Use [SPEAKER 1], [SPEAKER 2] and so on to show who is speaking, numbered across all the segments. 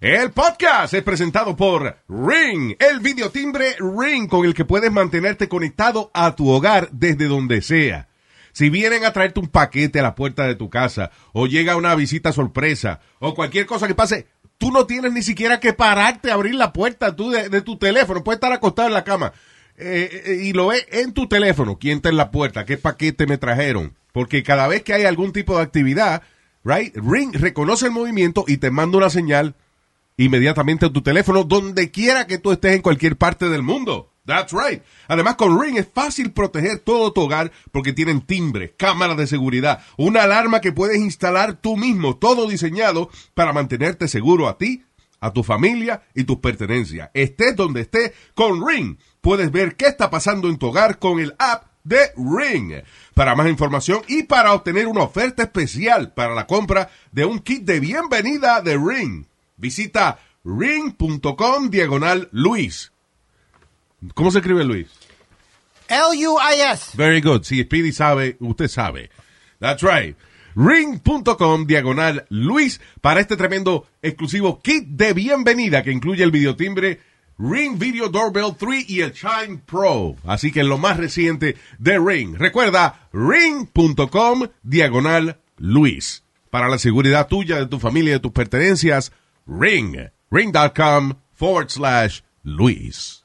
[SPEAKER 1] El podcast es presentado por Ring, el videotimbre Ring con el que puedes mantenerte conectado a tu hogar desde donde sea. Si vienen a traerte un paquete a la puerta de tu casa, o llega una visita sorpresa, o cualquier cosa que pase, tú no tienes ni siquiera que pararte a abrir la puerta tú de, de tu teléfono. Puedes estar acostado en la cama eh, eh, y lo ves en tu teléfono. ¿Quién está en la puerta? ¿Qué paquete me trajeron? Porque cada vez que hay algún tipo de actividad, right, Ring reconoce el movimiento y te manda una señal inmediatamente a tu teléfono, donde quiera que tú estés en cualquier parte del mundo. That's right. Además, con Ring es fácil proteger todo tu hogar porque tienen timbres, cámaras de seguridad, una alarma que puedes instalar tú mismo, todo diseñado para mantenerte seguro a ti, a tu familia y tus pertenencias. Estés donde estés, con Ring puedes ver qué está pasando en tu hogar con el app de Ring. Para más información y para obtener una oferta especial para la compra de un kit de bienvenida de Ring, Visita ring.com diagonal Luis. ¿Cómo se escribe Luis?
[SPEAKER 2] L-U-I-S.
[SPEAKER 1] Very good. Si Speedy sabe, usted sabe. That's right. Ring.com diagonal Luis para este tremendo exclusivo kit de bienvenida que incluye el videotimbre Ring Video Doorbell 3 y el Chime Pro. Así que lo más reciente de Ring. Recuerda, ring.com diagonal Luis. Para la seguridad tuya, de tu familia, de tus pertenencias, Ring. Ring.com forward slash Luis.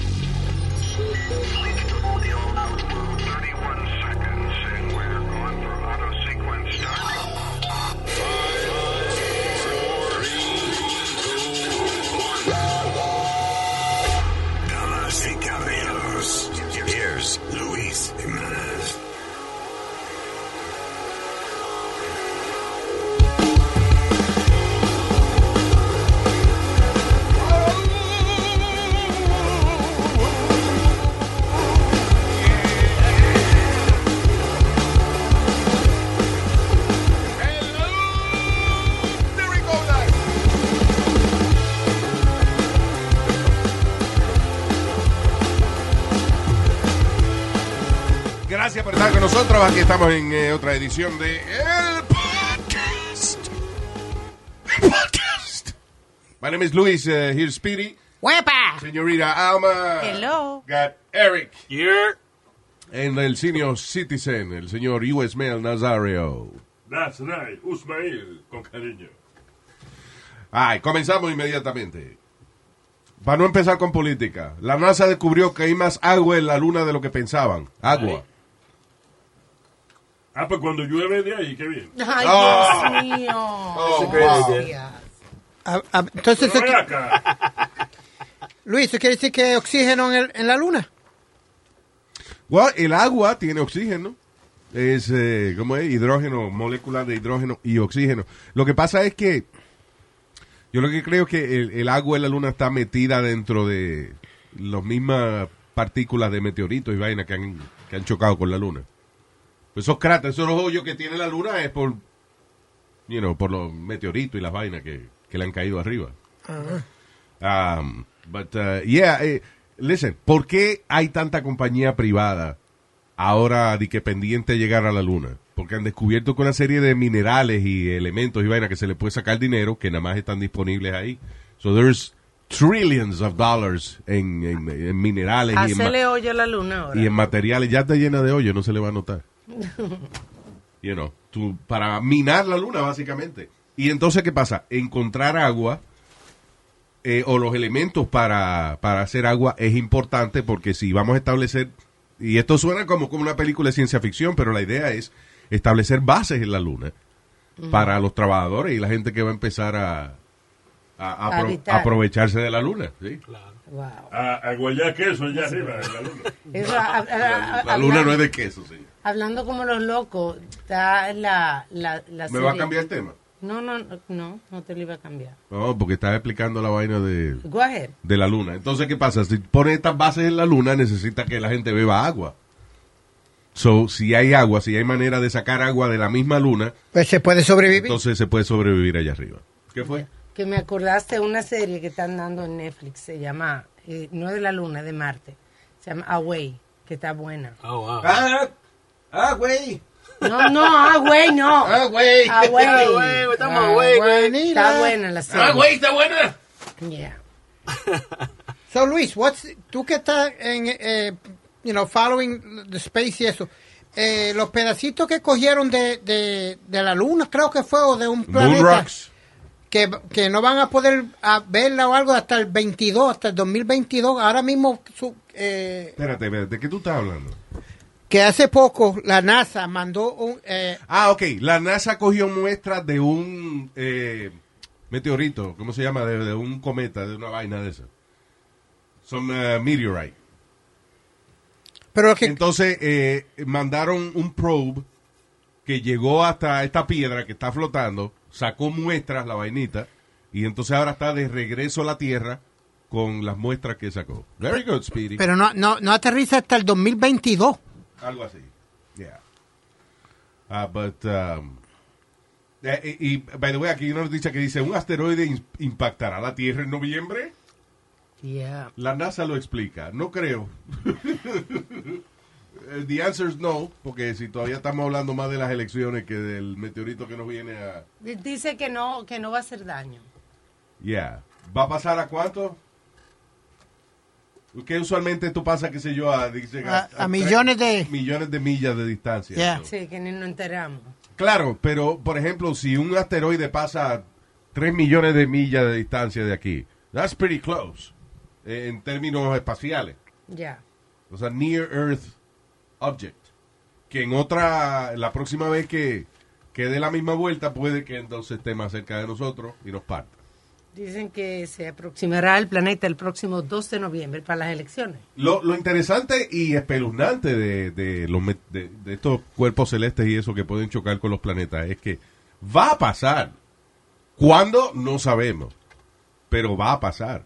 [SPEAKER 3] Damas y caballeros, here's Luis Jimenez.
[SPEAKER 1] Gracias por estar con nosotros. Aquí estamos en eh, otra edición de El Podcast. El Podcast. My name is Luis. Uh, here's Speedy.
[SPEAKER 2] ¡Huepa!
[SPEAKER 1] Señorita Alma.
[SPEAKER 4] Hello.
[SPEAKER 1] Got Eric. Here. En el senior citizen, el señor U.S. Mail Nazario.
[SPEAKER 5] That's right, Usmail, con cariño.
[SPEAKER 1] Ay, comenzamos inmediatamente. Para no empezar con política, la NASA descubrió que hay más agua en la luna de lo que pensaban. Agua.
[SPEAKER 5] Ah, pues cuando llueve de ahí, qué bien.
[SPEAKER 4] Ay,
[SPEAKER 1] Oh.
[SPEAKER 4] Dios mío.
[SPEAKER 1] Oh, wow.
[SPEAKER 2] Ah, ah, entonces,
[SPEAKER 5] Pero
[SPEAKER 2] eso
[SPEAKER 5] ven
[SPEAKER 2] qui-
[SPEAKER 5] acá.
[SPEAKER 2] Luis, ¿eso quiere decir que hay oxígeno en, el- en la luna?
[SPEAKER 1] Well, el agua tiene oxígeno. Es, eh, ¿cómo es? Hidrógeno, moléculas de hidrógeno y oxígeno. Lo que pasa es que yo lo que creo es que el, el agua en la luna está metida dentro de las mismas partículas de meteoritos y vaina que han, que han chocado con la luna. Pues esos cráteres, esos hoyos que tiene la luna es por, you know, por los meteoritos y las vainas que, que le han caído arriba. Um, but, uh, yeah, eh, listen, ¿por qué hay tanta compañía privada ahora de que pendiente de llegar a la luna? Porque han descubierto que una serie de minerales y elementos y vainas que se le puede sacar dinero que nada más están disponibles ahí. So there's trillions of dollars en, en- en minerales y en, ma-
[SPEAKER 4] Hacele hoyo a la luna ahora.
[SPEAKER 1] y en materiales. Ya está llena de hoyo, no se le va a notar. You know, tú- para minar la luna, básicamente. Y entonces, ¿qué pasa? Encontrar agua eh, o los elementos para, para hacer agua es importante porque si vamos a establecer, y esto suena como, como una película de ciencia ficción, pero la idea es establecer bases en la luna para los trabajadores y la gente que va a empezar a, a- a apro-
[SPEAKER 4] Habitar.
[SPEAKER 1] aprovecharse de la luna. ¿sí?
[SPEAKER 4] Wow.
[SPEAKER 5] A, a guayar Ah, queso allá arriba, en la luna.
[SPEAKER 4] Eso, a- a- a-
[SPEAKER 1] La luna
[SPEAKER 4] hablando,
[SPEAKER 1] no es de queso, señor.
[SPEAKER 4] hablando como los locos, está la, la, la
[SPEAKER 1] ¿Me va a
[SPEAKER 4] serie.
[SPEAKER 1] cambiar el tema?
[SPEAKER 4] No, no, no, no te lo iba a cambiar.
[SPEAKER 1] No, porque estaba explicando la vaina de,
[SPEAKER 4] Go ahead.
[SPEAKER 1] de la luna. Entonces, ¿qué pasa? Si pone estas bases en la luna, necesita que la gente beba agua. So, si hay agua, si hay manera de sacar agua de la misma luna,
[SPEAKER 2] Pues se puede sobrevivir.
[SPEAKER 1] entonces se puede sobrevivir allá arriba. ¿Qué fue?
[SPEAKER 4] Que me acordaste de una serie que están dando en Netflix, se llama, eh, no de la luna, de Marte, se llama Away, que está buena.
[SPEAKER 6] Oh, wow.
[SPEAKER 1] Ah, ah, güey.
[SPEAKER 4] No, no, ah, güey, no.
[SPEAKER 1] Ah, güey.
[SPEAKER 4] Ah, güey.
[SPEAKER 6] Ah, güey, estamos
[SPEAKER 4] Ah,
[SPEAKER 6] güey,
[SPEAKER 4] güey.
[SPEAKER 2] güey.
[SPEAKER 4] Está buena la serie.
[SPEAKER 1] está buena.
[SPEAKER 4] Yeah.
[SPEAKER 2] So, Luis, what's, tú que estás en, eh, you know, following the space y eso, eh, los pedacitos que cogieron de, de, de la luna, creo que fue, o de un planeta,
[SPEAKER 1] Moon rocks.
[SPEAKER 2] Que, que no van a poder ah, verla o algo hasta el 22, hasta el 2022. Ahora mismo, su- eh,
[SPEAKER 1] Espérate, espérate, ¿de qué tú estás hablando?
[SPEAKER 2] que hace poco la NASA mandó un... eh,
[SPEAKER 1] Ah, ok. La NASA cogió muestras de un eh, meteorito, ¿cómo se llama? De, de un cometa, de una vaina de esa. Son eh, meteorite.
[SPEAKER 2] pero que,
[SPEAKER 1] Entonces eh, mandaron un probe que llegó hasta esta piedra que está flotando, sacó muestras, la vainita, y entonces ahora está de regreso a la Tierra con las muestras que sacó. Very good, Speedy.
[SPEAKER 2] pero no, no, no aterriza hasta el 2022.
[SPEAKER 1] Algo así. Yeah. Ah, but, um, eh, y, y, by the way, aquí hay una noticia que dice, un asteroide in- impactará la Tierra en noviembre.
[SPEAKER 4] Yeah.
[SPEAKER 1] La NASA lo explica. No creo. Eh, The answer is no, porque si todavía estamos hablando más de las elecciones que del meteorito que nos viene a...
[SPEAKER 4] D- Dice que no, que no va a hacer daño.
[SPEAKER 1] Yeah. ¿Va a pasar a cuánto? Que usualmente esto pasa, qué sé yo, a, dice,
[SPEAKER 2] A- a millones de-
[SPEAKER 1] Millones de millas de distancia.
[SPEAKER 2] Yeah.
[SPEAKER 1] So,
[SPEAKER 4] Sí, que ni nos enteramos.
[SPEAKER 1] Claro, pero por ejemplo, si un asteroide pasa a 3 millones de millas de distancia de aquí, that's pretty close eh, en términos espaciales.
[SPEAKER 4] Ya.
[SPEAKER 1] O sea, near Earth object. Que en otra, la próxima vez que, que dé la misma vuelta, puede que entonces esté más cerca de nosotros y nos parta.
[SPEAKER 4] Dicen que se aproximará al planeta el próximo 2 de noviembre para las elecciones.
[SPEAKER 1] Lo, lo interesante y espeluznante de, de los, met- de- de estos cuerpos celestes y eso que pueden chocar con los planetas es que va a pasar. ¿Cuándo? No sabemos. Pero va a pasar.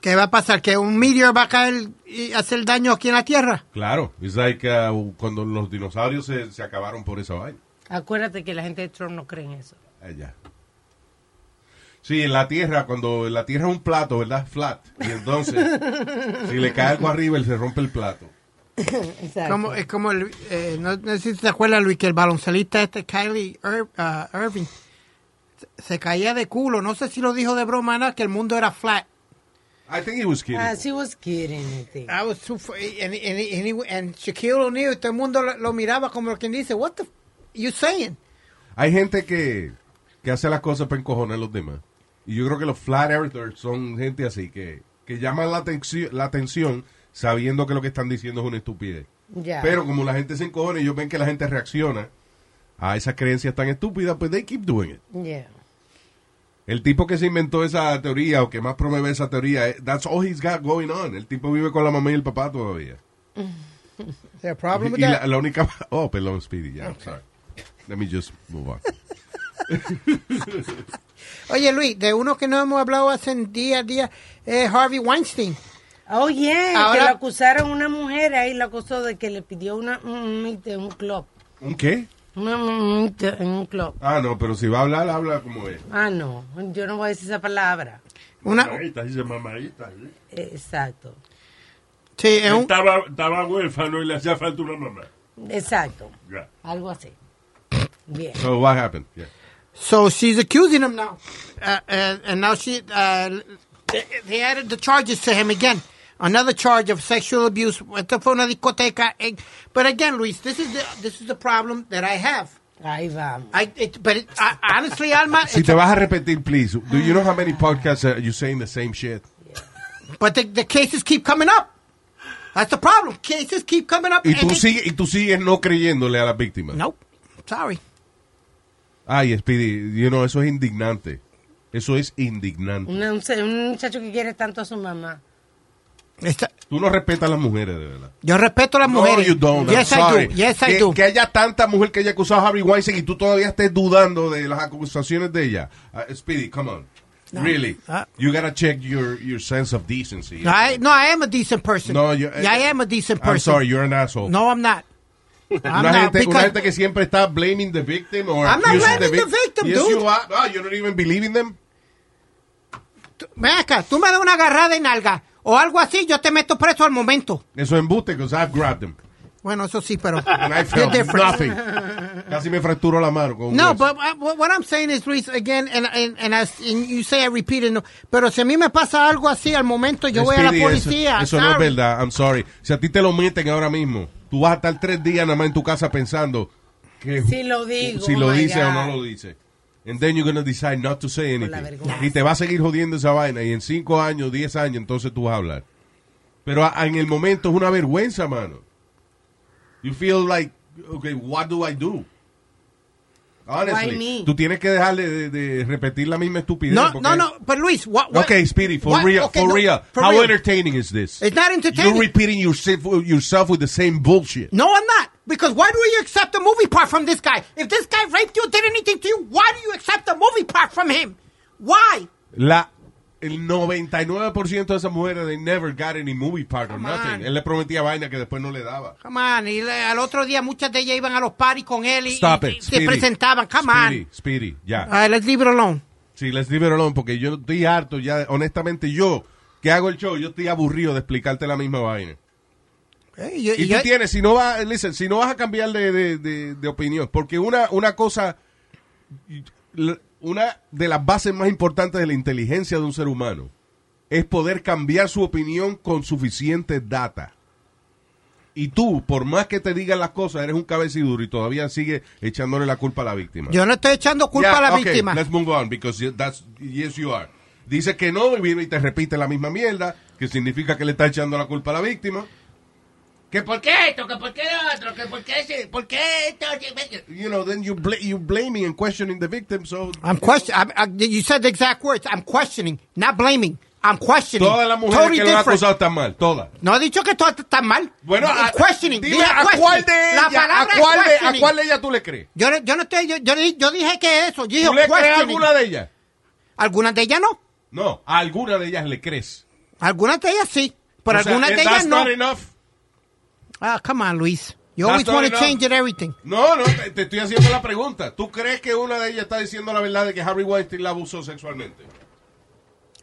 [SPEAKER 2] ¿Qué va a pasar? ¿Que un meteor va a caer y hacer daño aquí en la Tierra?
[SPEAKER 1] Claro. Es like uh, cuando los dinosaurios se, se acabaron por esa vaina.
[SPEAKER 4] Acuérdate que la gente de Trump no cree en eso.
[SPEAKER 1] Allá. Sí, en la tierra, cuando la tierra es un plato, ¿verdad? Flat. Y entonces, si le cae algo arriba, él se rompe el plato.
[SPEAKER 4] Exacto.
[SPEAKER 2] Como, es como, el, eh, no, no sé si te acuerdas, Luis, que el baloncelista este, Kylie Ir- ah, Irving, se- se caía de culo. No sé si lo dijo de broma, nada, que el mundo era flat.
[SPEAKER 1] I think he was kidding.
[SPEAKER 4] Ah, she was kidding, I think.
[SPEAKER 2] I was too fu- and, and, and, he- and Shaquille O'Neal, todo el mundo lo, lo miraba como quien dice, what the f you saying?
[SPEAKER 1] Hay gente que, que hace las cosas para encojonar a los demás. Y yo creo que los flat earthers son gente así que, que llaman la, atenci- la atención sabiendo que lo que están diciendo es una estupidez.
[SPEAKER 4] Ya.
[SPEAKER 1] Pero como la gente se encojona y ellos ven que la gente reacciona a esas creencias tan estúpidas, pues they keep doing it.
[SPEAKER 4] Yeah.
[SPEAKER 1] El tipo que se inventó esa teoría o que más promueve esa teoría, eh, that's all he's got going on. El tipo vive con la mamá y el papá todavía.
[SPEAKER 2] The problem
[SPEAKER 1] Y
[SPEAKER 2] with
[SPEAKER 1] la,
[SPEAKER 2] that.
[SPEAKER 1] la única... Oh, perdón, Speedy, ya, I'm sorry. Let me just move on.
[SPEAKER 2] Oye, Luis, de uno que no hemos hablado hace día a día, es Harvey Weinstein.
[SPEAKER 4] Oh, yeah,
[SPEAKER 2] Ahora-
[SPEAKER 4] que lo acusaron una mujer ahí, la acusó de que le pidió una un meet en un club.
[SPEAKER 1] ¿Un qué?
[SPEAKER 4] Una meet en un club.
[SPEAKER 1] Ah, no, pero si va a hablar, habla como es.
[SPEAKER 4] Ah, no, yo no voy a decir esa palabra.
[SPEAKER 2] Una,
[SPEAKER 5] Mamadita, dice mamadita. ¿sí?
[SPEAKER 4] Eh, Exacto,
[SPEAKER 2] sí, es un,
[SPEAKER 5] Estaba, estaba huérfano y le hacía falta una mamá.
[SPEAKER 4] exacto,
[SPEAKER 5] Ya.
[SPEAKER 4] algo así. Bien.
[SPEAKER 1] So what happened? Yeah.
[SPEAKER 2] So she's accusing him now, uh, and, and now she uh, They, they added the charges to him again. Another charge of sexual abuse. Esto fue una discoteca. eh, But again, Luis, this is the this is the problem that I have.
[SPEAKER 4] Ahí vamos.
[SPEAKER 2] I it, but it, I, honestly, Alma.
[SPEAKER 1] Si
[SPEAKER 2] it's
[SPEAKER 1] te vas a repetir, please. Do you know how many podcasts are you saying the same shit?
[SPEAKER 2] But the, the cases keep coming up. That's the problem. Cases keep coming up.
[SPEAKER 1] Y
[SPEAKER 2] and
[SPEAKER 1] tú,
[SPEAKER 2] they-
[SPEAKER 1] sigues, y tú sigues no creyéndole a las víctimas.
[SPEAKER 2] Nope. Sorry.
[SPEAKER 1] Ay, Speedy, you know, eso es indignante. Eso es indignante.
[SPEAKER 4] Una- un, se- un muchacho que quiere tanto a su mamá.
[SPEAKER 2] Esta-
[SPEAKER 1] Tú no respetas a las mujeres, de verdad.
[SPEAKER 2] yo respeto a las
[SPEAKER 1] No,
[SPEAKER 2] mujeres.
[SPEAKER 1] you don't. I'm
[SPEAKER 2] Yes, I
[SPEAKER 1] sorry.
[SPEAKER 2] do. Yes, I
[SPEAKER 1] que,
[SPEAKER 2] do.
[SPEAKER 1] Que haya tanta mujer que haya acusado a Harvey Weinstein y tú todavía estés dudando de las acusaciones de ella. Ah, Speedy, come on. Really.
[SPEAKER 2] Ah.
[SPEAKER 1] you gotta check your, your sense of decency.
[SPEAKER 2] I, no, I am a decent person.
[SPEAKER 1] No, you-
[SPEAKER 2] yeah, I am a decent person.
[SPEAKER 1] I'm sorry, you're an asshole.
[SPEAKER 2] No, I'm not. I'm
[SPEAKER 1] una,
[SPEAKER 2] not.
[SPEAKER 1] gente, una
[SPEAKER 2] because
[SPEAKER 1] gente que siempre está blaming the victim or
[SPEAKER 2] I'm not
[SPEAKER 1] accusing
[SPEAKER 2] blaming the victim,
[SPEAKER 1] yes,
[SPEAKER 2] dude.
[SPEAKER 1] you are. Ah, you're not even believing them.
[SPEAKER 2] tú- ven acá, tú me das una agarrada en alga o algo así, yo te meto preso al momento.
[SPEAKER 1] Eso es embuste, because I've grabbed them.
[SPEAKER 2] Bueno, eso sí, pero.
[SPEAKER 1] And I
[SPEAKER 2] You're
[SPEAKER 1] felt
[SPEAKER 2] different.
[SPEAKER 1] nothing. Casi me fracturo la mano con un
[SPEAKER 2] No,
[SPEAKER 1] hueso.
[SPEAKER 2] but uh, what what I'm saying is, Luis, again, and, and, and, as, and you say I repeat it, no, pero si a mí me pasa algo así al momento, yo voy a la
[SPEAKER 1] Speedy, eso-
[SPEAKER 2] policía.
[SPEAKER 1] Eso, no es
[SPEAKER 2] sorry.
[SPEAKER 1] verdad, I'm sorry. Si a ti te lo meten ahora mismo, tú vas a estar tres días nada más en tu casa pensando que
[SPEAKER 4] Si lo digo,
[SPEAKER 1] si
[SPEAKER 4] oh
[SPEAKER 1] lo
[SPEAKER 4] my
[SPEAKER 1] dice o
[SPEAKER 4] God.
[SPEAKER 1] no lo dice. And then you're gonna decide not to say
[SPEAKER 4] Por la
[SPEAKER 1] anything.
[SPEAKER 4] vergüenza.
[SPEAKER 1] Y te va a seguir jodiendo esa vaina. Y en cinco años, diez años, entonces tú vas a hablar. Pero a- en el momento es una vergüenza, mano. You feel like, okay, what do I do? Honestly,
[SPEAKER 4] me?
[SPEAKER 1] tú tienes que dejarle de, de repetir la misma estupidez.
[SPEAKER 2] No,
[SPEAKER 1] porque-
[SPEAKER 2] no, no, pero Luis, what, what,
[SPEAKER 1] Okay, Speedy, for
[SPEAKER 2] what-
[SPEAKER 1] real,
[SPEAKER 2] okay,
[SPEAKER 1] for
[SPEAKER 2] no,
[SPEAKER 1] real.
[SPEAKER 2] for
[SPEAKER 1] How
[SPEAKER 2] real.
[SPEAKER 1] entertaining is this?
[SPEAKER 2] It's not entertaining.
[SPEAKER 1] You're repeating yourself, yourself with the same bullshit.
[SPEAKER 2] No, I'm not. Because why do you accept the movie part from this guy? If this guy raped you, did anything to you, why do you accept the movie part from him? Why?
[SPEAKER 1] La, el 99% de esas mujeres, they never got any movie part or nothing. Él le prometía vaina que después no le daba.
[SPEAKER 2] Come on, y le- al otro día muchas de ellas iban a los parties con él y,
[SPEAKER 1] Stop
[SPEAKER 2] y-
[SPEAKER 1] it,
[SPEAKER 2] y se
[SPEAKER 1] Speedy.
[SPEAKER 2] presentaban. Come
[SPEAKER 1] Speedy, Speedy, ya.
[SPEAKER 2] on. All right, let's leave it alone.
[SPEAKER 1] Sí, let's leave it alone, porque yo estoy harto ya. Honestamente, yo, que hago el show, yo estoy aburrido de explicarte la misma vaina.
[SPEAKER 2] Eh, yo-
[SPEAKER 1] Y,
[SPEAKER 2] y
[SPEAKER 1] tú
[SPEAKER 2] yo-
[SPEAKER 1] tienes, si no, va, listen, si no vas a cambiar de, de- de- de opinión, porque una, una cosa, la- una de las bases más importantes de la inteligencia de un ser humano es poder cambiar su opinión con suficiente data. Y tú, por más que te digan las cosas, eres un cabeciduro y todavía sigues echándole la culpa a la víctima.
[SPEAKER 2] yo no estoy echando culpa
[SPEAKER 1] Yeah,
[SPEAKER 2] a la
[SPEAKER 1] okay,
[SPEAKER 2] víctima.
[SPEAKER 1] Let's move on because you- that's yes you are. Dice que no y viene y te repite la misma mierda, que significa que le está echando la culpa a la víctima. Que por qué esto, que por qué lo otro, que por qué ese, por qué esto, que- you know, then you bla- you blaming and questioning the victim, so
[SPEAKER 2] I'm questioning. I'm, I, you said the exact words. I'm questioning, not blaming. I'm questioning.
[SPEAKER 1] todas las mujeres
[SPEAKER 2] Totally
[SPEAKER 1] que lo han
[SPEAKER 2] different.
[SPEAKER 1] acusado están mal, todas.
[SPEAKER 2] No he dicho que todo está mal.
[SPEAKER 1] Bueno,
[SPEAKER 2] I'm
[SPEAKER 1] a-
[SPEAKER 2] questioning.
[SPEAKER 1] dime,
[SPEAKER 2] Dije
[SPEAKER 1] ¿a
[SPEAKER 2] questioning.
[SPEAKER 1] cuál de
[SPEAKER 2] La
[SPEAKER 1] ella, a
[SPEAKER 2] palabra es
[SPEAKER 1] cuál de, a
[SPEAKER 2] questioning.
[SPEAKER 1] cuál de ella tú le crees?
[SPEAKER 2] Yo, no- yo no estoy, yo, yo, di- yo dije que eso. Yo dije
[SPEAKER 1] ¿Tú le crees a
[SPEAKER 2] questioning.
[SPEAKER 1] alguna de ellas?
[SPEAKER 2] Algunas de ellas no.
[SPEAKER 1] No, a alguna de ellas le crees.
[SPEAKER 2] Algunas de ellas sí. Pero
[SPEAKER 1] O sea,
[SPEAKER 2] algunas de
[SPEAKER 1] that's
[SPEAKER 2] ellas no.
[SPEAKER 1] not enough.
[SPEAKER 2] Ah, come on, Luis. You
[SPEAKER 1] That's
[SPEAKER 2] always
[SPEAKER 1] not
[SPEAKER 2] want to
[SPEAKER 1] enough.
[SPEAKER 2] change it everything.
[SPEAKER 1] No, no, te, te estoy haciendo la pregunta. ¿Tú crees que una de ellas está diciendo la verdad de que Harry Weinstein la abusó sexualmente?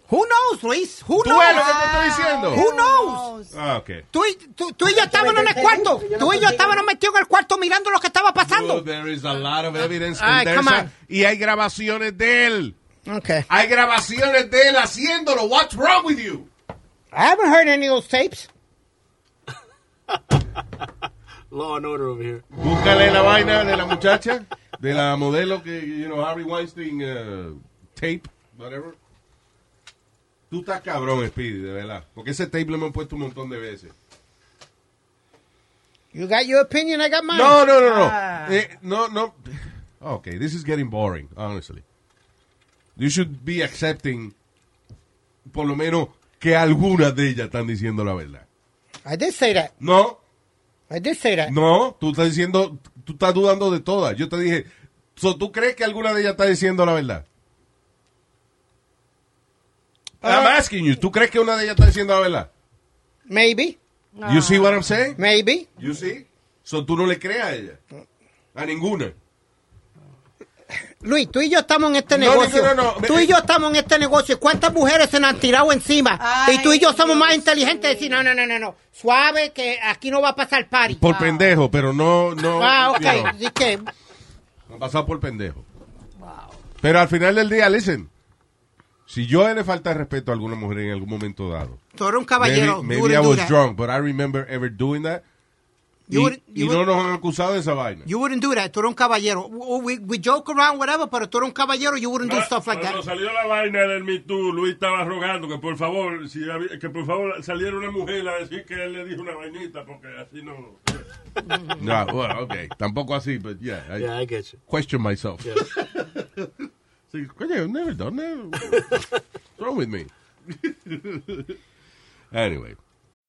[SPEAKER 2] Who knows, Luis? Who
[SPEAKER 1] ¿Tú ves lo que
[SPEAKER 2] knows?
[SPEAKER 1] te estoy
[SPEAKER 2] Who
[SPEAKER 1] diciendo?
[SPEAKER 2] knows?
[SPEAKER 1] Ah, ok.
[SPEAKER 2] Tú y, tú, tú y yo estábamos en el cuarto. Tú y yo estábamos metidos en el cuarto mirando lo que estaba
[SPEAKER 1] Oh,
[SPEAKER 2] pasando.
[SPEAKER 1] there is a lot of evidence.
[SPEAKER 2] Ay,
[SPEAKER 1] and there's
[SPEAKER 2] come
[SPEAKER 1] a-
[SPEAKER 2] on.
[SPEAKER 1] y hay grabaciones de él.
[SPEAKER 2] Okay.
[SPEAKER 1] Hay grabaciones de él haciéndolo. What's wrong with you?
[SPEAKER 2] I haven't heard any of those tapes.
[SPEAKER 6] Law and order over here.
[SPEAKER 1] Búscale la vaina de la muchacha, de la modelo que, you know, Harry Weinstein uh, tape, whatever. Tú estás cabrón, Speedy, de verdad. Porque ese tape lo hemos puesto un montón de veces.
[SPEAKER 2] You got your opinion, I got mine.
[SPEAKER 1] No, no, no, no.
[SPEAKER 2] ah.
[SPEAKER 1] Eh, no, no. Okay, this is getting boring, honestly. You should be accepting, por lo menos, que algunas de ellas están diciendo la verdad.
[SPEAKER 2] I did say that.
[SPEAKER 1] No,
[SPEAKER 2] I did say that.
[SPEAKER 1] no, tú estás diciendo, tú estás dudando de todas. Yo te dije, so, ¿tú crees que alguna de ellas está diciendo la verdad?
[SPEAKER 2] Ah.
[SPEAKER 1] I'm asking you, ¿tú crees que una de ellas está diciendo la verdad?
[SPEAKER 2] Maybe.
[SPEAKER 1] You see what I'm saying?
[SPEAKER 2] Maybe.
[SPEAKER 1] You see? So, tú no le creas a ella. A ninguna.
[SPEAKER 2] Luis, tú y yo estamos en este
[SPEAKER 1] No,
[SPEAKER 2] negocio.
[SPEAKER 1] no, no, no.
[SPEAKER 2] Tú y yo estamos en este negocio. ¿Cuántas mujeres se nos han tirado encima?
[SPEAKER 4] Ay,
[SPEAKER 2] y tú y yo somos
[SPEAKER 4] Dios
[SPEAKER 2] más inteligentes. Decir, no, no, no, no, no. Suave, que aquí no va a pasar party.
[SPEAKER 1] Por pendejo, pero no, no.
[SPEAKER 2] ah,
[SPEAKER 1] you know,
[SPEAKER 2] ok. Así que,
[SPEAKER 1] han pasado por pendejo. Pero al final del día, listen. Si yo le falta el respeto a alguna mujer en algún momento dado,
[SPEAKER 2] Tú eres un caballero.
[SPEAKER 1] maybe,
[SPEAKER 2] you
[SPEAKER 1] maybe I
[SPEAKER 2] wouldn't do
[SPEAKER 1] was
[SPEAKER 2] that.
[SPEAKER 1] drunk, but I remember ever doing that.
[SPEAKER 2] You
[SPEAKER 1] y
[SPEAKER 2] would- you
[SPEAKER 1] y no
[SPEAKER 2] would-
[SPEAKER 1] nos han acusado de esa vaina.
[SPEAKER 2] You wouldn't do that. Tú eres un caballero. We, we joke around, whatever, pero tú eres un caballero. You wouldn't do stuff like
[SPEAKER 5] Cuando
[SPEAKER 2] that.
[SPEAKER 5] salió la vaina del Me Too, Luis estaba rogando que por favor, si había- que por favor saliera una mujer a decir que él le dijo una vainita, porque así no.
[SPEAKER 1] No, Ah, well, okay. Tampoco así, but yeah, I
[SPEAKER 6] Yeah, I get you.
[SPEAKER 1] question myself.
[SPEAKER 6] Yeah.
[SPEAKER 1] Sí, coño, I've never done that. What's wrong with me? anyway.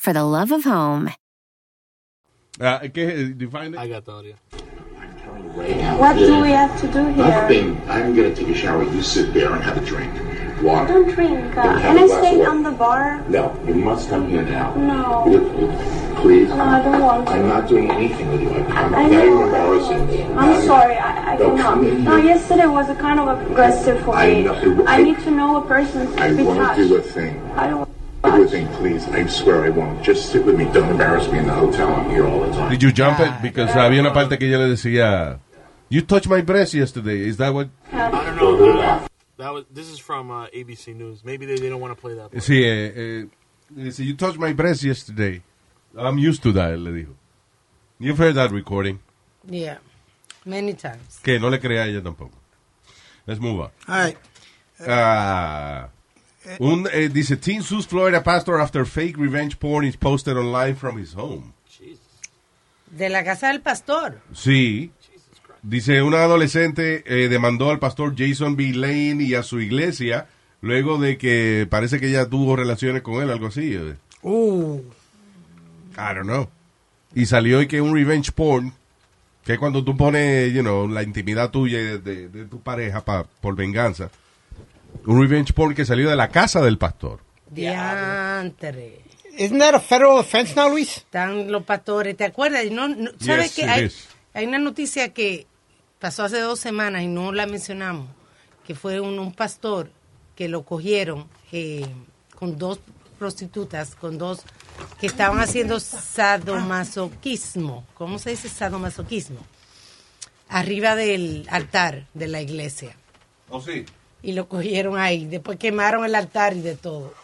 [SPEAKER 7] for the love of home.
[SPEAKER 1] Ah, ¿Qué es? Define it.
[SPEAKER 6] I got the audio.
[SPEAKER 4] What do we have to do here?
[SPEAKER 3] I'm gonna take a shower. You sit there and have a drink. Water.
[SPEAKER 4] Don't drink. Uh, can I stay on the bar?
[SPEAKER 3] No, you must come here now.
[SPEAKER 4] No.
[SPEAKER 3] Please.
[SPEAKER 4] No, I don't want to.
[SPEAKER 3] I'm not doing anything with you. I promise. Now
[SPEAKER 4] I know.
[SPEAKER 3] you're embarrassing me. Now
[SPEAKER 4] I'm
[SPEAKER 3] you-
[SPEAKER 4] sorry, I, I
[SPEAKER 3] No,
[SPEAKER 4] cannot.
[SPEAKER 3] come in
[SPEAKER 4] No,
[SPEAKER 3] here.
[SPEAKER 4] yesterday was a kind of aggressive for
[SPEAKER 3] I
[SPEAKER 4] me.
[SPEAKER 3] know-
[SPEAKER 4] I need to know a person to
[SPEAKER 3] I
[SPEAKER 4] be
[SPEAKER 3] won't
[SPEAKER 4] touched.
[SPEAKER 3] do a thing.
[SPEAKER 4] I don't.
[SPEAKER 3] I would think, please, I swear I won't. Just sit with me. Don't embarrass me in the hotel. I'm here all the time.
[SPEAKER 1] Did you jump it? Because había una parte que ella le decía, You touched my breast yesterday. Is that what?
[SPEAKER 6] I don't know. uh, that was. This is from uh, ABC News. Maybe they, they don't want to play that. part.
[SPEAKER 1] Sí, eh, eh, le dice, You touched my breast yesterday. I'm used to that, le dijo. You've heard that recording.
[SPEAKER 4] Yeah, many times.
[SPEAKER 1] Que no le crea a ella tampoco. Let's move on.
[SPEAKER 2] All right.
[SPEAKER 1] Ah, un, eh, dice, Teen sues Florida pastor after fake revenge porn is posted online from his home.
[SPEAKER 6] Jesus,
[SPEAKER 4] De la casa del pastor.
[SPEAKER 1] Sí.
[SPEAKER 6] Jesus Christ.
[SPEAKER 1] Dice, una adolescente eh, demandó al pastor Jason B. Lane y a su iglesia luego de que parece que ella tuvo relaciones con él, algo así. eh.
[SPEAKER 2] Ooh.
[SPEAKER 1] I don't know. Y salió y que un revenge porn, que es cuando tú pones, you know, la intimidad tuya y de, de- de tu pareja pa- por venganza. Un revenge porn que salió de la casa del pastor.
[SPEAKER 4] Diantre.
[SPEAKER 2] Isn't that a federal offense now, Luis?
[SPEAKER 4] Están los pastores, ¿te acuerdas? Y No, no-
[SPEAKER 1] Yes,
[SPEAKER 4] ¿Sabes que
[SPEAKER 1] it
[SPEAKER 4] hay,
[SPEAKER 1] is.
[SPEAKER 4] hay una noticia que pasó hace dos semanas y no la mencionamos? Que fue un, un pastor que lo cogieron eh, con dos prostitutas, con dos que estaban haciendo sadomasoquismo. ¿Cómo se dice sadomasoquismo? Arriba del altar de la iglesia.
[SPEAKER 1] ¿Oh, sí?
[SPEAKER 4] Y lo cogieron ahí. Después quemaron el altar y de todo.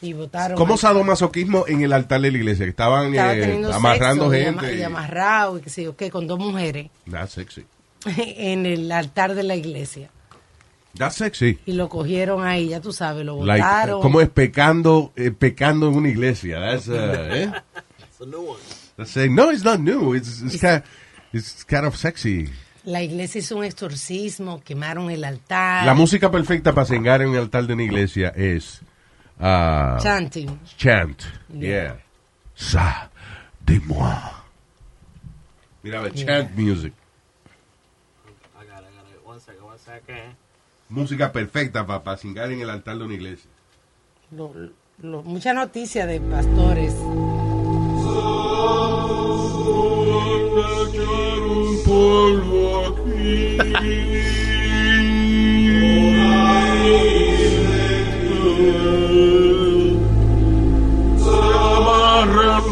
[SPEAKER 4] Y botaron.
[SPEAKER 1] ¿Cómo
[SPEAKER 4] al-
[SPEAKER 1] sadomasoquismo en el altar de la iglesia? Que estaban
[SPEAKER 4] estaba
[SPEAKER 1] eh,
[SPEAKER 4] teniendo
[SPEAKER 1] amarrando
[SPEAKER 4] sexo y ama-
[SPEAKER 1] gente.
[SPEAKER 4] Y, amarrado y qué sé yo qué, con dos mujeres
[SPEAKER 1] That's sexy.
[SPEAKER 4] en el altar de la iglesia.
[SPEAKER 1] That's sexy.
[SPEAKER 4] Y lo cogieron ahí, ya tú sabes, lo
[SPEAKER 1] Like,
[SPEAKER 4] botaron.
[SPEAKER 1] ¿Cómo es pecando, eh, pecando en una iglesia? That's, uh, eh?
[SPEAKER 6] it's a new one.
[SPEAKER 1] That's saying, no, it's not new. It's, it's, kind, it's kind of sexy.
[SPEAKER 4] La iglesia hizo un exorcismo, quemaron el altar.
[SPEAKER 1] La música perfecta para cingar en el altar de una iglesia es ah,
[SPEAKER 4] chanting.
[SPEAKER 1] chant. Yeah. Sa de moi. Mira, ve, chant music.
[SPEAKER 6] I got it. I got it. One second. One second.
[SPEAKER 1] Música perfecta para cingar en el altar de una iglesia.
[SPEAKER 4] Lo- lo- mucha noticia de pastores.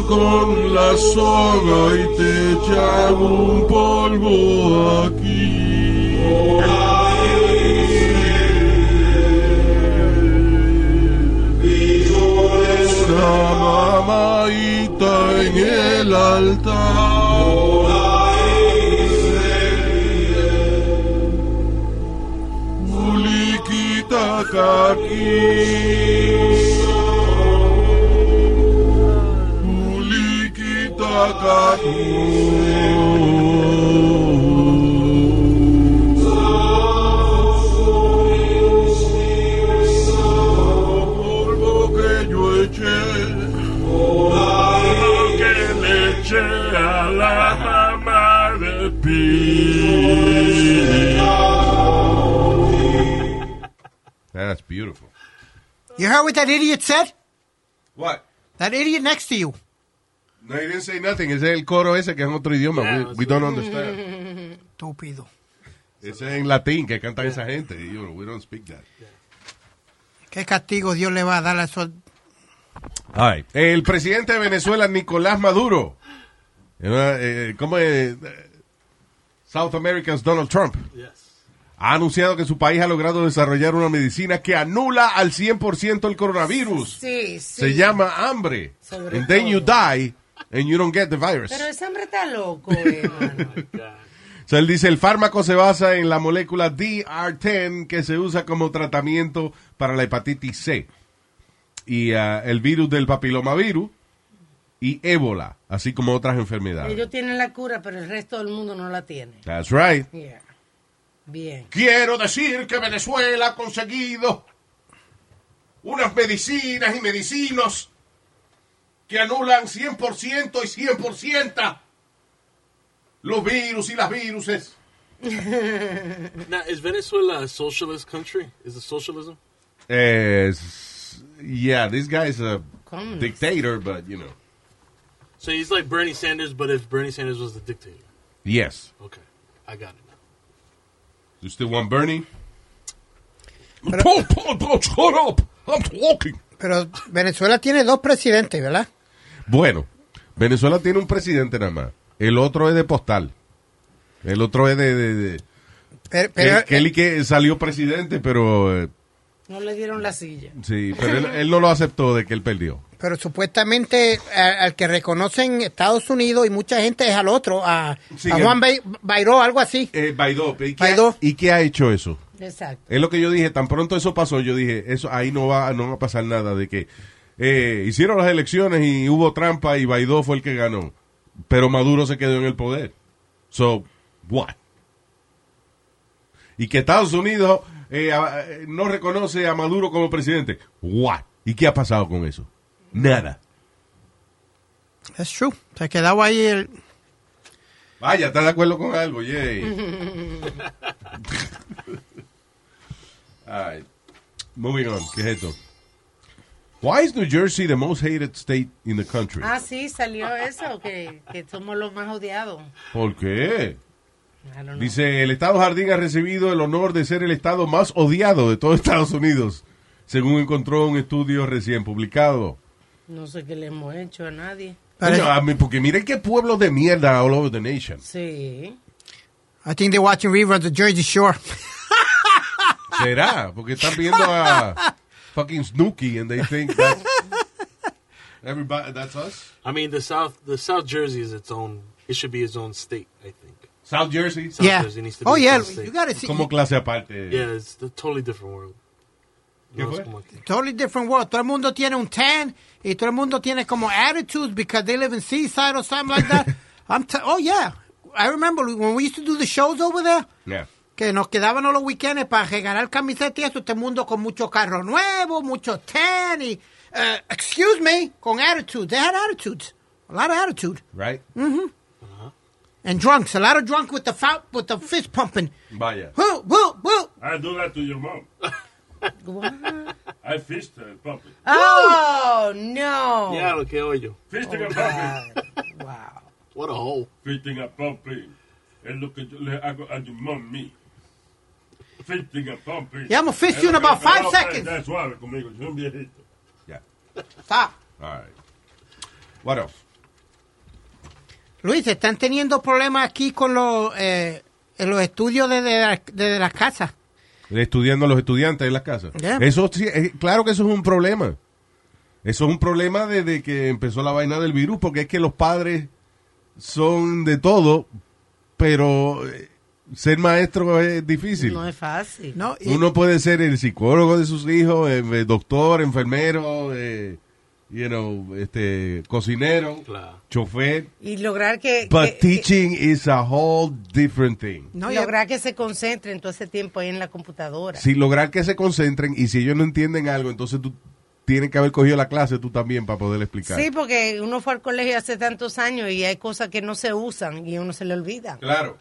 [SPEAKER 5] con la soga y te echan un polvo aquí. La mamaita en el altar. Muliquita caqui. Muliquita polvo que yo eché, lo que le eché a la mamá de Pi.
[SPEAKER 1] That's beautiful.
[SPEAKER 2] You heard what that idiot said?
[SPEAKER 1] What?
[SPEAKER 2] That idiot next to you.
[SPEAKER 1] No, he didn't say nothing. Ese es el coro ese que es en otro idioma.
[SPEAKER 2] Yeah,
[SPEAKER 1] we,
[SPEAKER 2] that's
[SPEAKER 1] we don't
[SPEAKER 2] right.
[SPEAKER 1] understand.
[SPEAKER 2] Estúpido.
[SPEAKER 1] Ese es en latín que cantan esa gente. You know, we don't speak that.
[SPEAKER 2] ¿Qué castigo Dios le va a dar a esos
[SPEAKER 1] All right. El presidente de Venezuela, Nicolás Maduro. You know, eh, ¿Cómo es? South America's Donald Trump. Ha anunciado que su país ha logrado desarrollar una medicina que anula al 100% el coronavirus.
[SPEAKER 4] Sí, sí.
[SPEAKER 1] Se llama hambre.
[SPEAKER 4] Sobre
[SPEAKER 1] and then you die and you don't get the virus.
[SPEAKER 4] Pero ese hombre está loco, eh, mano.
[SPEAKER 1] O sea, él dice, el fármaco se basa en la molécula DR10 que se usa como tratamiento para la hepatitis C y ah, el virus del papilomavirus y ébola, así como otras enfermedades.
[SPEAKER 4] Ellos tienen la cura, pero el resto del mundo no la tiene.
[SPEAKER 1] That's right.
[SPEAKER 4] Yeah. Bien.
[SPEAKER 1] Quiero decir que Venezuela ha conseguido unas medicinas y medicinos que anulan 100% y 100% los virus y las viruses.
[SPEAKER 6] Now, is Venezuela a socialist country? Is it socialism?
[SPEAKER 1] Eh, s- yeah, this guy is a
[SPEAKER 6] Communist.
[SPEAKER 1] dictator, but you know.
[SPEAKER 6] So he's like Bernie Sanders, but if Bernie Sanders was the dictator.
[SPEAKER 1] Yes.
[SPEAKER 6] Okay, I got it.
[SPEAKER 1] You still want Bernie? uh,
[SPEAKER 2] Pero Venezuela tiene dos presidentes, ¿verdad?
[SPEAKER 1] Bueno, Venezuela tiene un presidente nada más. El otro es de postal. El otro es de... de- de-
[SPEAKER 2] Pero,
[SPEAKER 1] que- que él y que salió presidente, pero... eh,
[SPEAKER 4] No le dieron la silla.
[SPEAKER 1] sí, pero él, él no lo aceptó de que él perdió.
[SPEAKER 2] Pero supuestamente a- al que reconocen Estados Unidos y mucha gente es al otro, a,
[SPEAKER 1] Sí,
[SPEAKER 2] a
[SPEAKER 1] que-
[SPEAKER 2] Juan Bai- Bairó, algo así.
[SPEAKER 1] Baidó. Eh, ¿Y qué, ¿Y qué ha hecho eso?
[SPEAKER 4] Exacto.
[SPEAKER 1] Es lo que yo dije, tan pronto eso pasó, yo dije, eso ahí no va, no va a pasar nada de que eh, hicieron las elecciones y hubo trampa y Baidó fue el que ganó, pero Maduro se quedó en el poder. So, what? Y que Estados Unidos eh, a- eh, no reconoce a Maduro como presidente. What? ¿Y qué ha pasado con eso? Nada.
[SPEAKER 2] Es true. Se quedaba ahí el...
[SPEAKER 1] Vaya, ¿estás de acuerdo con algo? Yay. All right. Moving on. ¿Qué es esto? Why is New Jersey the most hated state in the country?
[SPEAKER 4] Ah, sí, salió eso, que, que somos los más odiados.
[SPEAKER 1] ¿Por qué?
[SPEAKER 4] I don't know.
[SPEAKER 1] Dice, el Estado Jardín ha recibido el honor de ser el estado más odiado de todo Estados Unidos, según encontró un estudio recién publicado.
[SPEAKER 4] No sé qué le hemos hecho a nadie.
[SPEAKER 1] Coño, a mí- porque miren qué pueblo de mierda all over the nation.
[SPEAKER 4] Sí.
[SPEAKER 2] I think they're watching reruns of Jersey Shore.
[SPEAKER 1] ¿Será? Porque están viendo a fucking Snooki and they think that's, everybody, that's us.
[SPEAKER 6] I mean, the South, the South Jersey is its own. It should be its own state, I think.
[SPEAKER 1] South Jersey?
[SPEAKER 6] South
[SPEAKER 1] Yeah.
[SPEAKER 6] Jersey needs to
[SPEAKER 1] Oh,
[SPEAKER 6] be its
[SPEAKER 1] yeah,
[SPEAKER 6] own state.
[SPEAKER 2] you gotta see-
[SPEAKER 1] Como clase aparte.
[SPEAKER 6] Yeah, it's a totally different world.
[SPEAKER 1] ¿Qué
[SPEAKER 6] No,
[SPEAKER 1] fue?
[SPEAKER 6] es como aquí.
[SPEAKER 2] Totally different world. Todo el mundo tiene un tan y todo el mundo tiene como attitudes because they live in seaside or something like that. I'm t- oh yeah, I remember when we used to do the shows over there.
[SPEAKER 1] Yeah.
[SPEAKER 2] Que nos quedaban los weekends para regalar camisetas y eso. Este mundo con mucho carro nuevo, mucho tan y, eh, excuse me, con attitudes. They had attitudes. A lot of attitude.
[SPEAKER 1] Right?
[SPEAKER 2] Mm-hmm. And drunks. A lot of drunk with the, fou- with the fist pumping.
[SPEAKER 1] Vaya.
[SPEAKER 2] Woo, woo, woo.
[SPEAKER 5] I do that to your mom. I fist her, puppy.
[SPEAKER 4] Oh, no.
[SPEAKER 6] Yeah, lo que oyo.
[SPEAKER 5] Fisting a
[SPEAKER 2] Oh,
[SPEAKER 5] puppy. wow.
[SPEAKER 6] What a hole.
[SPEAKER 5] Fisting a puppy. And look at, le hago a tu mami. Fisting a puppy.
[SPEAKER 2] Yeah, I'ma fist you in
[SPEAKER 5] Es lo
[SPEAKER 2] about
[SPEAKER 5] que-
[SPEAKER 2] five
[SPEAKER 5] no,
[SPEAKER 2] seconds.
[SPEAKER 5] está suave conmigo, yo soy un viejito.
[SPEAKER 2] Stop.
[SPEAKER 1] All right. What else?
[SPEAKER 2] Luis, están teniendo problemas aquí con los, eh, en los estudios de, de, la- de las casas.
[SPEAKER 1] Estudiando a los estudiantes en las casas.
[SPEAKER 2] Yeah.
[SPEAKER 1] Eso sí, eh, claro que eso es un problema. Eso es un problema desde que empezó la vaina del virus, porque es que los padres son de todo, pero eh, ser maestro es difícil.
[SPEAKER 4] No es fácil.
[SPEAKER 2] No, y-
[SPEAKER 1] Uno puede ser el psicólogo de sus hijos, eh, eh, doctor, enfermero, eh, you know, este, cocinero, chofer.
[SPEAKER 4] Y lograr que...
[SPEAKER 1] But
[SPEAKER 4] que-
[SPEAKER 1] teaching is a whole different thing.
[SPEAKER 4] que- lograr que se concentren todo ese tiempo ahí en la computadora.
[SPEAKER 1] Si lograr que se concentren y si ellos no entienden algo, entonces tú tienes que haber cogido la clase tú también para poder explicar.
[SPEAKER 4] Sí, porque uno fue al colegio hace tantos años y hay cosas que no se usan y a uno se le olvida.
[SPEAKER 1] Claro.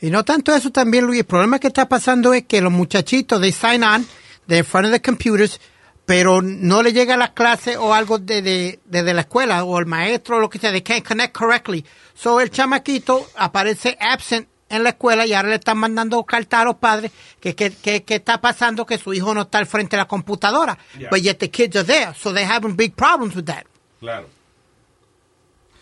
[SPEAKER 2] Y no tanto eso también, Luis. El problema que está pasando es que los muchachitos, they sign on, they're in front of the computers, pero no le llega a las clases o algo desde de, desde la escuela o el maestro o lo que sea, they can't connect correctly. So el chamaquito aparece absent en la escuela y ahora le están mandando cartas a los padres que, que, que, que está pasando que su hijo no está al frente de la computadora.
[SPEAKER 1] Yeah.
[SPEAKER 2] But yet the kids are there, so they're having big problems with that.
[SPEAKER 1] Claro.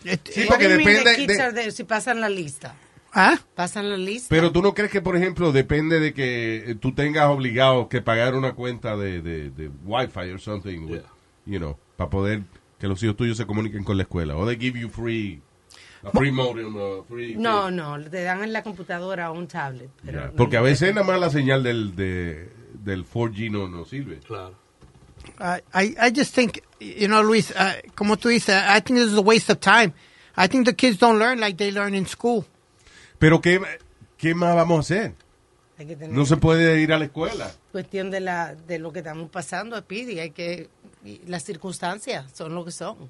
[SPEAKER 2] It-
[SPEAKER 1] Sí,
[SPEAKER 2] it-
[SPEAKER 1] porque
[SPEAKER 4] What do you mean the
[SPEAKER 1] depende
[SPEAKER 4] kids
[SPEAKER 1] de-
[SPEAKER 4] are there? si pasan la lista.
[SPEAKER 2] ¿Ah?
[SPEAKER 4] Pasan la lista.
[SPEAKER 1] Pero tú no crees que, por ejemplo, depende de que eh, tú tengas obligado que pagar una cuenta de, de, de Wi-Fi or something, with- you know, para poder que los hijos tuyos se comuniquen con la escuela. O they give you free, a free modem, a free...
[SPEAKER 4] No, no, te dan en la computadora o un tablet. Pero
[SPEAKER 1] Yeah. Porque a veces nada más la señal del, de- del 4G no, no sirve.
[SPEAKER 6] Claro.
[SPEAKER 2] I, I I just think, you know, Luis, uh, como tú dices, I think this is a waste of time. I think the kids don't learn like they learn in school.
[SPEAKER 1] Pero ¿qué, ¿qué más vamos a hacer?
[SPEAKER 4] hay que tener
[SPEAKER 1] No se puede ir a la escuela.
[SPEAKER 4] cuestión de, la, de lo que estamos pasando, Pidi. Hay que, y las circunstancias son lo que son.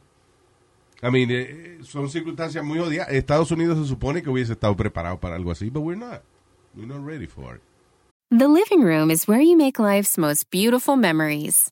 [SPEAKER 1] I mean, eh, son circunstancias muy odiadas. Estados Unidos se supone que hubiese estado preparado para algo así, but we're not. We're not ready for it.
[SPEAKER 7] The living room is where you make life's most beautiful memories.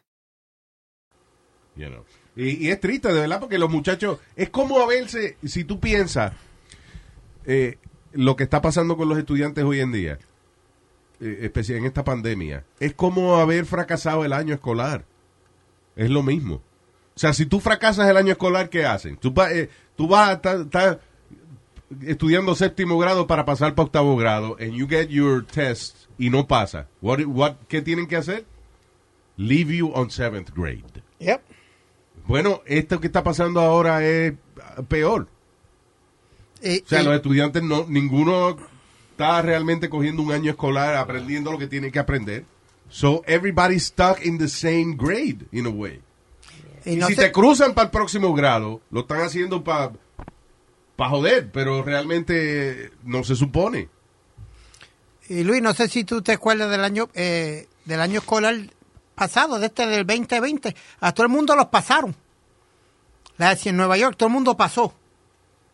[SPEAKER 1] you know. Y, y es triste, de verdad, porque los muchachos, es como a verse, si tú piensas eh, lo que está pasando con los estudiantes hoy en día, eh, especial en esta pandemia, es como haber fracasado el año escolar. Es lo mismo. O sea, si tú fracasas el año escolar, ¿qué hacen? Tú, va- eh, tú vas a estar- estar estudiando séptimo grado para pasar para octavo grado, and you get your test y no pasa. What, what, ¿Qué tienen que hacer? Leave you on seventh grade.
[SPEAKER 2] Yep.
[SPEAKER 1] Bueno, esto que está pasando ahora es ah, peor.
[SPEAKER 2] Eh,
[SPEAKER 1] O sea,
[SPEAKER 2] eh,
[SPEAKER 1] los estudiantes, no, ninguno está realmente cogiendo un año escolar, aprendiendo lo que tiene que aprender. So, everybody's stuck in the same grade, in a way.
[SPEAKER 2] y
[SPEAKER 1] Y
[SPEAKER 2] no
[SPEAKER 1] si
[SPEAKER 2] se-
[SPEAKER 1] te cruzan para el próximo grado, lo están haciendo para joder, pero realmente no se supone.
[SPEAKER 2] Y Luis, no sé si tú te acuerdas del año eh, del año escolar pasado, de este del 2020. A todo el mundo los pasaron. La en Nueva York, todo el mundo pasó.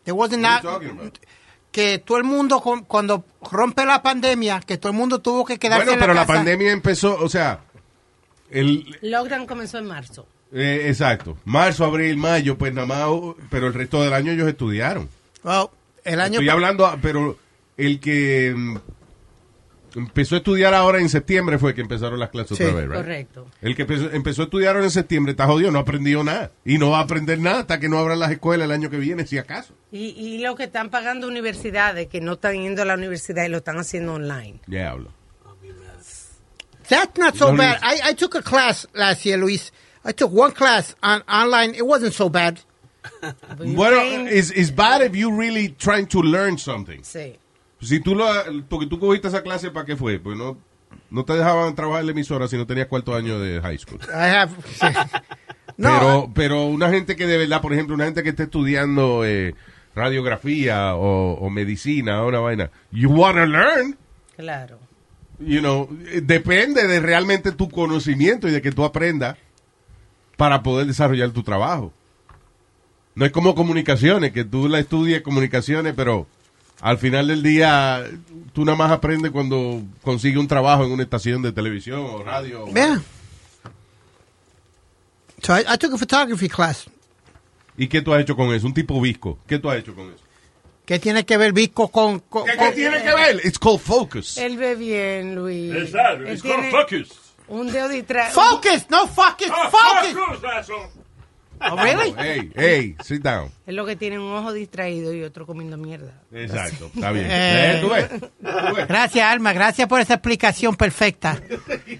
[SPEAKER 2] There wasn't
[SPEAKER 1] What are you
[SPEAKER 2] that-
[SPEAKER 1] talking about?
[SPEAKER 2] que todo el mundo, con- cuando rompe la pandemia, que todo el mundo tuvo que quedarse
[SPEAKER 1] Bueno,
[SPEAKER 2] en la
[SPEAKER 1] pero la
[SPEAKER 2] casa.
[SPEAKER 1] pandemia empezó, o sea, el,
[SPEAKER 4] Lockdown comenzó en marzo.
[SPEAKER 1] eh, exacto, marzo, abril, mayo, pues nada más, oh, pero el resto del año ellos estudiaron.
[SPEAKER 2] Well, el año
[SPEAKER 1] Estoy hablando, a- pero el que mm, empezó a estudiar ahora en septiembre fue que empezaron las clases
[SPEAKER 2] Sí.
[SPEAKER 1] otra vez, right?
[SPEAKER 4] Correcto.
[SPEAKER 1] El que empezó, empezó a estudiar ahora en septiembre está jodido, no aprendió nada. Y no va a aprender nada hasta que no abran las escuelas el año que viene, si acaso.
[SPEAKER 4] Y, y lo que están pagando universidades, que no están yendo a la universidad y lo están haciendo online.
[SPEAKER 1] Ya hablo.
[SPEAKER 2] That's not so
[SPEAKER 1] No,
[SPEAKER 2] bad. I, I took a class last year, Luis. I took one class on online. It wasn't so bad.
[SPEAKER 1] Bueno, it's, it's bad if you really trying to learn something.
[SPEAKER 4] Sí.
[SPEAKER 1] Si tú lo, porque tú cogiste esa clase, ¿para qué fue? Pues no, no te dejaban trabajar en la emisora si no tenías cuarto año de high school.
[SPEAKER 2] I have. no,
[SPEAKER 1] pero, pero una gente que de verdad, por ejemplo, una gente que está estudiando eh, radiografía o, o medicina o una vaina, you wanna learn,
[SPEAKER 4] Claro.
[SPEAKER 1] you know, eh, depende de realmente tu conocimiento y de que tú aprendas para poder desarrollar tu trabajo. No es como comunicaciones, que tú la estudies comunicaciones, pero al final del día tú nada más aprendes cuando consigues un trabajo en una estación de televisión o radio. o-
[SPEAKER 2] Yeah. So I, I took a photography class.
[SPEAKER 1] ¿Y qué tú has hecho con eso? Un tipo visco. ¿Qué tú has hecho con eso?
[SPEAKER 2] ¿Qué tiene que ver Visco con, con-
[SPEAKER 1] ¿Qué,
[SPEAKER 2] con-
[SPEAKER 1] qué tiene que ver? It's called focus.
[SPEAKER 4] Él ve bien, Luis.
[SPEAKER 5] Exacto.
[SPEAKER 4] Él
[SPEAKER 5] It's
[SPEAKER 4] tiene
[SPEAKER 5] called focus.
[SPEAKER 4] un dedo distraído.
[SPEAKER 2] Focus, no focus,
[SPEAKER 5] Ah,
[SPEAKER 2] focus.
[SPEAKER 5] focus, asshole.
[SPEAKER 2] Oh, really?
[SPEAKER 1] Hey, hey, sit down.
[SPEAKER 4] Es lo que tiene un ojo distraído y otro comiendo mierda.
[SPEAKER 1] Exacto, está bien.
[SPEAKER 2] Eh.
[SPEAKER 1] Eh, ¿Tú ves? ¿Tú ves?
[SPEAKER 2] Gracias, Alma. Gracias por esa explicación perfecta.
[SPEAKER 4] Él ve,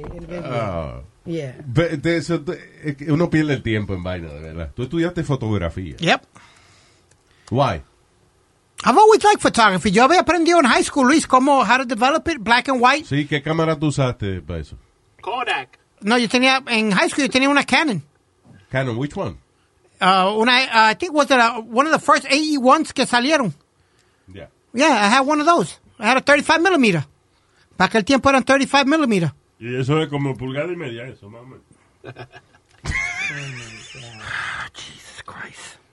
[SPEAKER 4] él ve bien.
[SPEAKER 1] Ah,
[SPEAKER 4] Yeah.
[SPEAKER 1] ve- de eso te- es que uno pierde el tiempo en vaina, de verdad. Tú estudiaste fotografía.
[SPEAKER 2] Yep.
[SPEAKER 1] Why?
[SPEAKER 2] I've always liked photography. Yo había aprendido en high school, Luis, cómo how to develop it, black and white.
[SPEAKER 1] Sí, ¿qué cámara tú usaste para eso?
[SPEAKER 6] Kodak.
[SPEAKER 2] No, yo tenía, en high school yo tenía una Canon.
[SPEAKER 1] Canon, which one?
[SPEAKER 2] uh, una, uh, I think was it uh, one of the first AE1s que salieron.
[SPEAKER 1] Yeah.
[SPEAKER 2] Yeah, I had one of those. I had a 35 millimeter. Para aquel tiempo eran 35 millimeter.
[SPEAKER 5] Y eso es como pulgada y media, eso, mamá.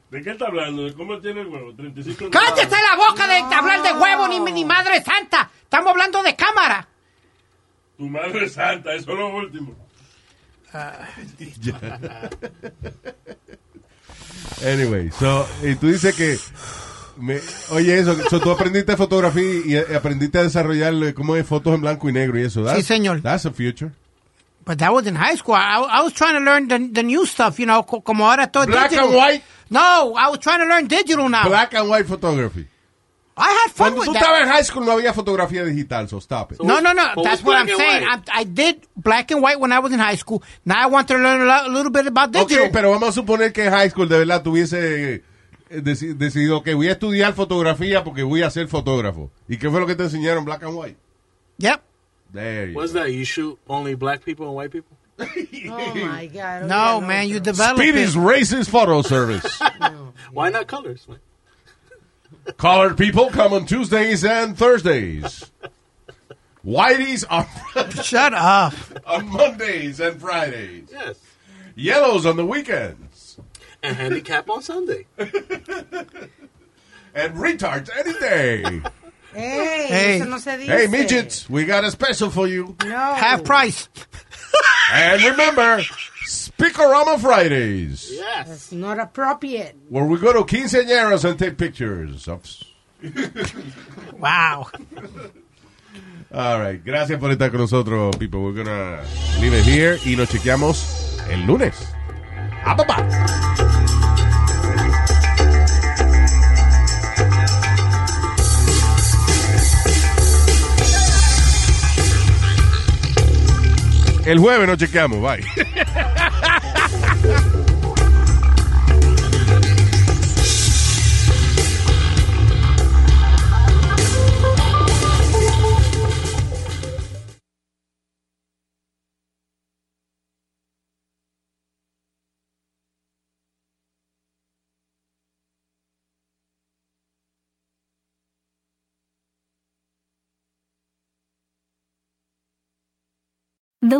[SPEAKER 5] ¿De qué está hablando? ¿De cómo tiene el huevo? 35
[SPEAKER 2] ¡Cállese la boca de hablar de huevo, ni, ni madre santa! Estamos hablando de cámara.
[SPEAKER 5] Tu madre es santa, eso es lo último.
[SPEAKER 1] Anyway, so, y tú dices que. me- oye, eso, so tú aprendiste fotografía y eh, aprendiste a desarrollar eh, cómo es fotos en blanco y negro y eso, ¿verdad?
[SPEAKER 2] Sí, señor.
[SPEAKER 1] That's a future.
[SPEAKER 2] But that was in high school. I, I was trying to learn the, the new stuff, you know, co- como ahora todo
[SPEAKER 1] Black
[SPEAKER 2] digital.
[SPEAKER 1] and white?
[SPEAKER 2] No, I was trying to learn digital now.
[SPEAKER 1] Black and white photography.
[SPEAKER 2] I had fun
[SPEAKER 1] Cuando tú
[SPEAKER 2] with that.
[SPEAKER 1] estabas en high school no había fotografía digital, so stop it.
[SPEAKER 2] No, no, no.
[SPEAKER 6] But
[SPEAKER 2] That's
[SPEAKER 6] with
[SPEAKER 2] what
[SPEAKER 6] black
[SPEAKER 2] I'm
[SPEAKER 6] and
[SPEAKER 2] saying.
[SPEAKER 6] white.
[SPEAKER 2] I'm, I did black and white when I was in high school. Now I want to learn a, lo- a little bit about
[SPEAKER 1] Ok,
[SPEAKER 2] digital.
[SPEAKER 1] pero vamos a suponer que en high school de verdad tuviese eh, deci- decidido que voy a estudiar fotografía porque voy a ser fotógrafo. ¿Y qué fue lo que te enseñaron black and white?
[SPEAKER 2] Yep.
[SPEAKER 1] There you
[SPEAKER 6] What's
[SPEAKER 1] go.
[SPEAKER 6] that? You shoot only black people and white people?
[SPEAKER 4] Oh my God.
[SPEAKER 2] No,
[SPEAKER 4] oigan
[SPEAKER 2] man, you
[SPEAKER 4] otro.
[SPEAKER 2] develop
[SPEAKER 1] Speedy's
[SPEAKER 2] it.
[SPEAKER 1] Racist Photo Service.
[SPEAKER 6] Why not colors? man?
[SPEAKER 1] Colored people come on Tuesdays and Thursdays. Whiteys on,
[SPEAKER 2] Shut up.
[SPEAKER 1] on Mondays and Fridays.
[SPEAKER 6] Yes.
[SPEAKER 1] Yellows on the weekends.
[SPEAKER 6] And handicap on Sunday.
[SPEAKER 1] And retards any day.
[SPEAKER 4] Ey,
[SPEAKER 2] Hey.
[SPEAKER 4] eso no se dice.
[SPEAKER 1] hey, midgets, we got a special for you.
[SPEAKER 4] No.
[SPEAKER 2] Half price.
[SPEAKER 1] And remember, Speakerama Fridays.
[SPEAKER 6] Yes.
[SPEAKER 4] It's not appropriate.
[SPEAKER 1] where we go to quinceañeras and take pictures. of-
[SPEAKER 2] Wow.
[SPEAKER 1] All right, gracias por estar con nosotros, people. We're gonna leave it here y nos chequeamos el lunes. ¡Ah, papá! El jueves nos chequeamos, bye.
[SPEAKER 7] The